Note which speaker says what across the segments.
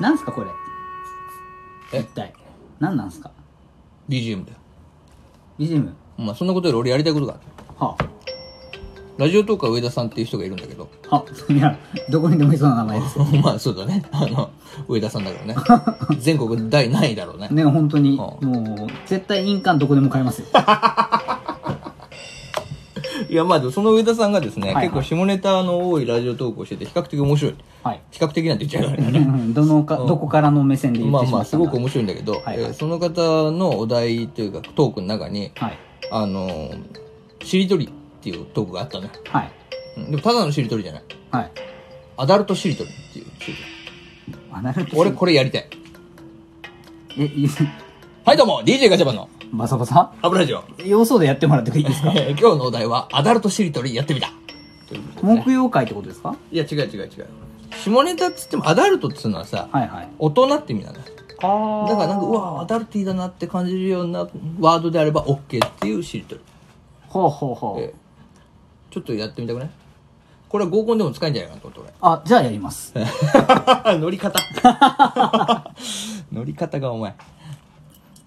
Speaker 1: なんすかこれ
Speaker 2: え
Speaker 1: 一体なんなんすか
Speaker 2: BGM だよ
Speaker 1: BGM
Speaker 2: お前そんなことより俺やりたいことがある
Speaker 1: は
Speaker 2: ラジオトークは上田さんっていう人がいるんだけど
Speaker 1: あはそりゃどこにでもいそうな名前です
Speaker 2: まあそうだね あの上田さんだか らね全国第何位だろうね
Speaker 1: ね本当にも
Speaker 2: は
Speaker 1: う絶対印鑑どこでも買えますよ
Speaker 2: いやまあその上田さんがですね、
Speaker 1: いはい
Speaker 2: 結構下ネタの多いラジオトークをしてて比較的面白い
Speaker 1: はい
Speaker 2: 比較的なんて言っちゃうから
Speaker 1: う
Speaker 2: ね
Speaker 1: んどのかどこからの目線で言っ
Speaker 2: まあ
Speaker 1: てし
Speaker 2: ま
Speaker 1: ま
Speaker 2: あ
Speaker 1: っ
Speaker 2: す
Speaker 1: たんだ
Speaker 2: ごく面白いんだけど、
Speaker 1: はいはい
Speaker 2: えーその方のお題というかトークの中に
Speaker 1: はい
Speaker 2: あのーしりとりっていうトークがあったのよ、
Speaker 1: はい
Speaker 2: うんでもただのしりとりじゃない
Speaker 1: はい
Speaker 2: アダルトしりとりっていうしりと
Speaker 1: アナル
Speaker 2: り俺これやりたい
Speaker 1: えい
Speaker 2: はいどうも DJ ガチャバンの
Speaker 1: バサバサ
Speaker 2: アブラジオ
Speaker 1: 要素でやってもらってもいいですか
Speaker 2: えー 今日のお題はアダルトしりとりやってみたということでね
Speaker 1: 木曜会ってことですか
Speaker 2: いや違う違う違う下ネタっつってもアダルトっつうのはさ
Speaker 1: はいはい
Speaker 2: 大人って意味なんだよ
Speaker 1: ああ
Speaker 2: だからなんかうわアダルティーだなって感じるようなワードであれば OK っていうしりとり
Speaker 1: ほうほうほう、
Speaker 2: ええちょっとやってみたくないこれは合コンでも使えんじゃないかなと思って
Speaker 1: あじゃあやります
Speaker 2: 俺乗り方乗り方がお前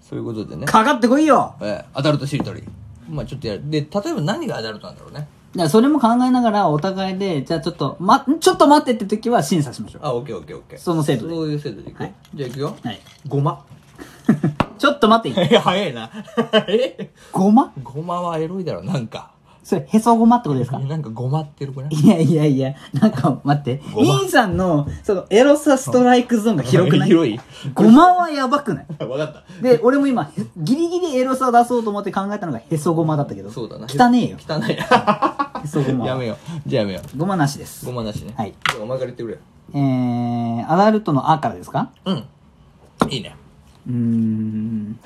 Speaker 2: そういうことでね、
Speaker 1: かかってこいよ
Speaker 2: ええアダルトしりとりまあちょっとやるで例えば何がアダルトなんだろうね
Speaker 1: じゃあそれも考えながらお互いでじゃあちょっとまちょっと待ってって時は審査しましょう
Speaker 2: あオッケーオッケーオッケー
Speaker 1: その制度で
Speaker 2: そういう制度でいく、
Speaker 1: はい
Speaker 2: じゃあい くよ
Speaker 1: はい
Speaker 2: ごま
Speaker 1: ちょっと待っていい
Speaker 2: いや早いな え
Speaker 1: ごま
Speaker 2: ごまはエロいだろなんか
Speaker 1: それへそごまってことですか
Speaker 2: なんかごまって るくない
Speaker 1: いやいやいや、なんか待って。
Speaker 2: ごま
Speaker 1: インさんの、そのエロさストライクゾーンが広くない
Speaker 2: 広い
Speaker 1: ごまはやばくない
Speaker 2: 分かった
Speaker 1: で、俺も今、へギリギリエロさ出そうと思って考えたのがへそごまだったけど。
Speaker 2: そうだな
Speaker 1: 汚ねえよ。
Speaker 2: 汚い
Speaker 1: へそごまは。
Speaker 2: やめようじゃあやめよ
Speaker 1: ごまなしです
Speaker 2: うご。まなしね
Speaker 1: はい
Speaker 2: じゃあお前から言ってくれよ
Speaker 1: えー、アダルトのあからですか
Speaker 2: うんいいね
Speaker 1: うーん。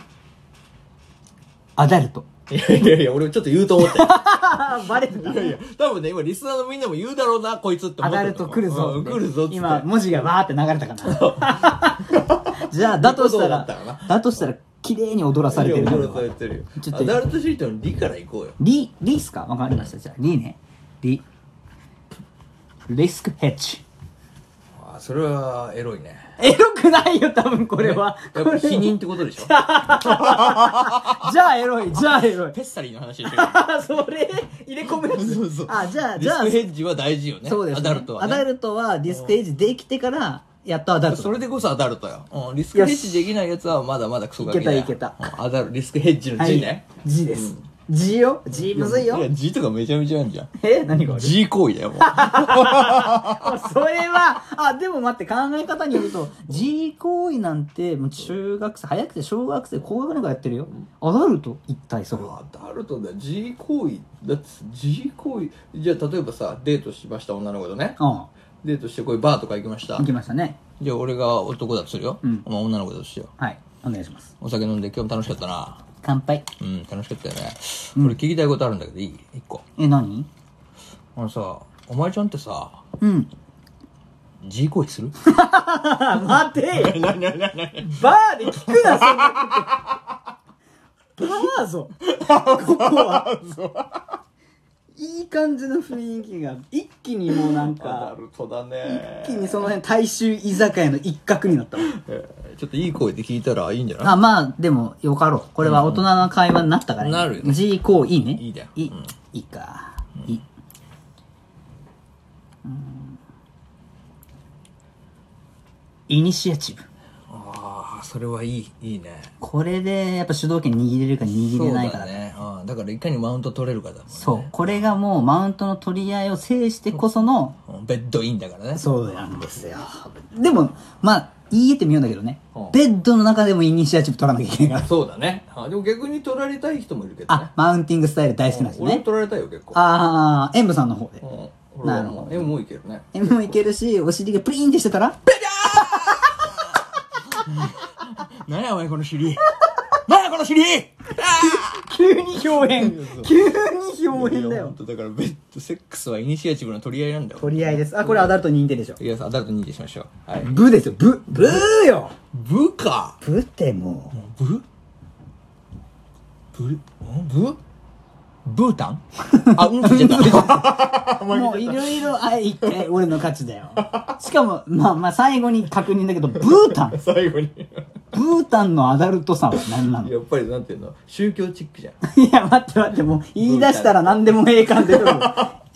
Speaker 1: アダルト。
Speaker 2: いやいやいや俺ちょっと言うと思ったよ
Speaker 1: あ バレてた
Speaker 2: いやいや多分ね今リスナーのみんなも言うだろうなこいつって思
Speaker 1: ア
Speaker 2: ってた
Speaker 1: ダルト来るぞ
Speaker 2: う
Speaker 1: っ
Speaker 2: ん
Speaker 1: て。
Speaker 2: 来るぞっつって
Speaker 1: 今、文字がわーって流れたか な。じゃあ、だとした
Speaker 2: そうだったからな、
Speaker 1: だとしたら、綺麗に踊らされてる
Speaker 2: い
Speaker 1: な
Speaker 2: や踊らされてるよ
Speaker 1: ちょっと
Speaker 2: アダルトシートの「リ」から行こうよ
Speaker 1: リ、リっすかわかりました。じゃあ、リね。リ。リスクヘッジ。
Speaker 2: あーそれはエロいね
Speaker 1: エロくないよ、多分これは。
Speaker 2: やっ
Speaker 1: こ
Speaker 2: ぱ
Speaker 1: れ
Speaker 2: 否認ってこと でしょ
Speaker 1: じゃあエロい、じゃあエロい。
Speaker 2: ペッサリーの話でしょ
Speaker 1: あ、 それ、入れ込むやつ。
Speaker 2: そうそう
Speaker 1: あ、じゃあ、
Speaker 2: リ
Speaker 1: じゃ
Speaker 2: ス
Speaker 1: あ
Speaker 2: ク、ヘッジは大事よね
Speaker 1: そうです、
Speaker 2: ア
Speaker 1: ね。
Speaker 2: ダルトは
Speaker 1: アダ
Speaker 2: ね
Speaker 1: ルトはディスクヘッジできてから、やっとアダルト。
Speaker 2: それでこそアダルトよ、うん、リスクヘッジできないやつはまだまだクソガキだよ
Speaker 1: いけたいけ
Speaker 2: うんアダルリスクヘッジの
Speaker 1: はい
Speaker 2: G ね、。
Speaker 1: G です。G よ ?G むずい
Speaker 2: いや
Speaker 1: よ。
Speaker 2: G とかめちゃめちゃあるじゃん
Speaker 1: え何がある
Speaker 2: G 行為だよ もう
Speaker 1: あそれは、あ、でも待って、考え方によると、G 行為なんて、もう中学生、早くて小学生、高学年がやってるよ。アダルト一体それは。
Speaker 2: アダルトだよ G 行為だって G 行為じゃあ例えばさデートしました女の子とね
Speaker 1: うん。
Speaker 2: デートしてこういうバーとか行きました
Speaker 1: 行きましたね。
Speaker 2: じゃあ俺が男だとするよ、
Speaker 1: うん
Speaker 2: まあ、女の子だとしよう
Speaker 1: はい。お願いします。
Speaker 2: お酒飲んで今日も楽しかったな
Speaker 1: 乾杯。
Speaker 2: うん楽しかったよね、俺聞きたいことあるんだけどいい一個
Speaker 1: え、何
Speaker 2: あのさお前ちゃんってさ
Speaker 1: うん。
Speaker 2: G 行為する
Speaker 1: あ、待てよバーで聞くな、そんなこと。バーぞ。ここは。いい感じの雰囲気が、一気にもうなん
Speaker 2: アダ
Speaker 1: か、
Speaker 2: ルトだね
Speaker 1: 一気にその辺、大衆居酒屋の一角になったわ。
Speaker 2: えーちょっといい声で聞いたらいいんじゃない
Speaker 1: あ、まあ、でも、よかろう。これは大人の会話になったからね。
Speaker 2: なるよね
Speaker 1: G 行為いいね。
Speaker 2: いいだよ
Speaker 1: いい、
Speaker 2: うん
Speaker 1: いいか。いい。うんイニシアチブ。
Speaker 2: ああそれはいいいいね
Speaker 1: これで、やっぱ主導権握れるか握れないか
Speaker 2: そうだ
Speaker 1: ら。
Speaker 2: ねあーだからいかにマウント取れるかだもんね
Speaker 1: そう,、これがもうマウントの取り合いを制してこその、
Speaker 2: うんベッドインだからね
Speaker 1: そうなんですよ。でも、まあ、言えてみようんだけどね、
Speaker 2: うん
Speaker 1: ベッドの中でもイニシアチブ取らなきゃいけないから。
Speaker 2: そうだねあーでも逆に取られたい人もいるけどね
Speaker 1: あ、マウンティングスタイル大好きなんです
Speaker 2: 俺も
Speaker 1: ね。
Speaker 2: 取られたいよ結構
Speaker 1: ああ、演武さんの方で
Speaker 2: う。ん俺は
Speaker 1: なるほ
Speaker 2: もうえもういけるね
Speaker 1: えもういけるし、お尻がプリンってしてたら、
Speaker 2: 何やお前この尻何やこの尻
Speaker 1: 急に表現急に表現だよ。
Speaker 2: だからベッドセックスはイニシアチブの取り合いなんだよ
Speaker 1: 取り合いです。あ、これアダルト認定でしょ。
Speaker 2: いやアダルトにしましょうはい
Speaker 1: ブですよ、ブ。ブーよ
Speaker 2: 部か
Speaker 1: ブってもう、
Speaker 2: 部部ん部ブータ ンあうんこ出た
Speaker 1: もういろいろあいて俺の勝ちだよしかもまあまあ最後に確認だけどブータン
Speaker 2: 最後に
Speaker 1: ブータンのアダルトさは何なのい
Speaker 2: やっぱりなんていうの宗教チックじゃん
Speaker 1: や待って待ってもう言い出したら何でもええ感出る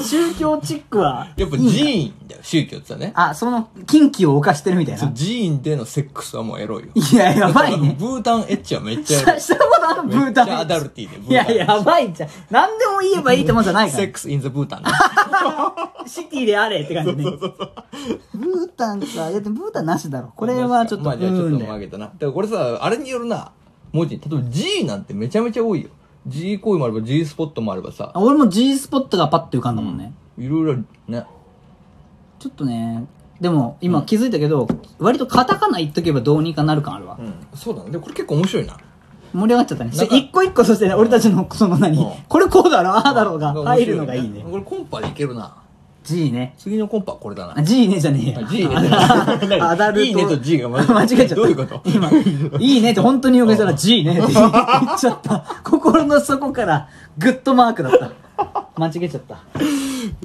Speaker 1: 宗教チックは
Speaker 2: やっぱ寺院だよ宗教ってさね
Speaker 1: あその禁忌を犯してるみたい
Speaker 2: そ
Speaker 1: な
Speaker 2: う寺院でのセックスはもうエロいよ
Speaker 1: いややばいね
Speaker 2: ブータンエッチはめっちゃエ ロい
Speaker 1: したことあるブータン
Speaker 2: めっちゃアダルティーでブータン
Speaker 1: いややばいじゃん何でも言えばいいってもんじゃないか
Speaker 2: セ
Speaker 1: ら
Speaker 2: ックスインザブータンね
Speaker 1: シティであれって感じねブータンかいやでもブータンなしだろこれはちょっと
Speaker 2: まあじゃあちょっ
Speaker 1: う
Speaker 2: と
Speaker 1: んだよ
Speaker 2: 曲げたなだからこれさあれによるな文字例えば G なんてめちゃめちゃ多いよ G 行為もあれば G スポットもあればさ
Speaker 1: あ俺も G スポットがパッて浮かんだもんね、
Speaker 2: いろいろね
Speaker 1: ちょっとねでも今気づいたけど、割とカタカナ言っとけばどうにかなる感あるわ、
Speaker 2: うんそうだねでもこれ結構面白いな
Speaker 1: 盛り上がっちゃったね
Speaker 2: なんか
Speaker 1: 一個一個そしてね俺たちのその何、
Speaker 2: うん
Speaker 1: これこうだろああだろうが
Speaker 2: 面白
Speaker 1: 入るのがいいね
Speaker 2: これコンパでいけるな
Speaker 1: G ね
Speaker 2: 次のコンパはこれだ な
Speaker 1: あ G ねじゃねえ
Speaker 2: あ
Speaker 1: よ
Speaker 2: G ね何
Speaker 1: アダルト
Speaker 2: いいねと G が混ざ
Speaker 1: 間違
Speaker 2: っ
Speaker 1: え
Speaker 2: て
Speaker 1: ちゃった
Speaker 2: どういうこと
Speaker 1: 今いいねって本当によくしたら G ねって言っちゃった心の底からグッドマークだった間違えちゃった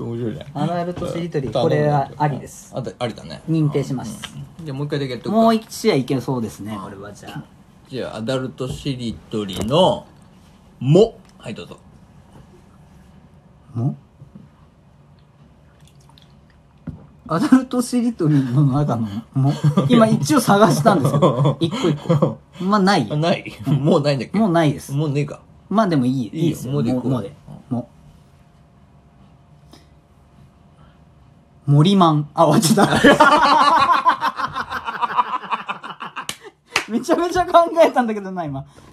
Speaker 2: 面白いね
Speaker 1: アダルトしりとりこれはありです
Speaker 2: あだありだね
Speaker 1: 認定します、
Speaker 2: じゃあもう一回だけやっておくか
Speaker 1: もう一試合いけそうですねこれはじゃあ
Speaker 2: じゃあアダルトしりとりの「も」はいどうぞ
Speaker 1: もアダルトしりとりの中のも今一応探したんです よ一個一個まあない
Speaker 2: あない もうないんだっけ
Speaker 1: もうないです
Speaker 2: もうねえか
Speaker 1: まあでもいい
Speaker 2: いいよ
Speaker 1: いいですよ
Speaker 2: もうでい
Speaker 1: も
Speaker 2: こう
Speaker 1: うもうでもう森マンあ終わっちゃった めちゃめちゃ考えたんだけどな今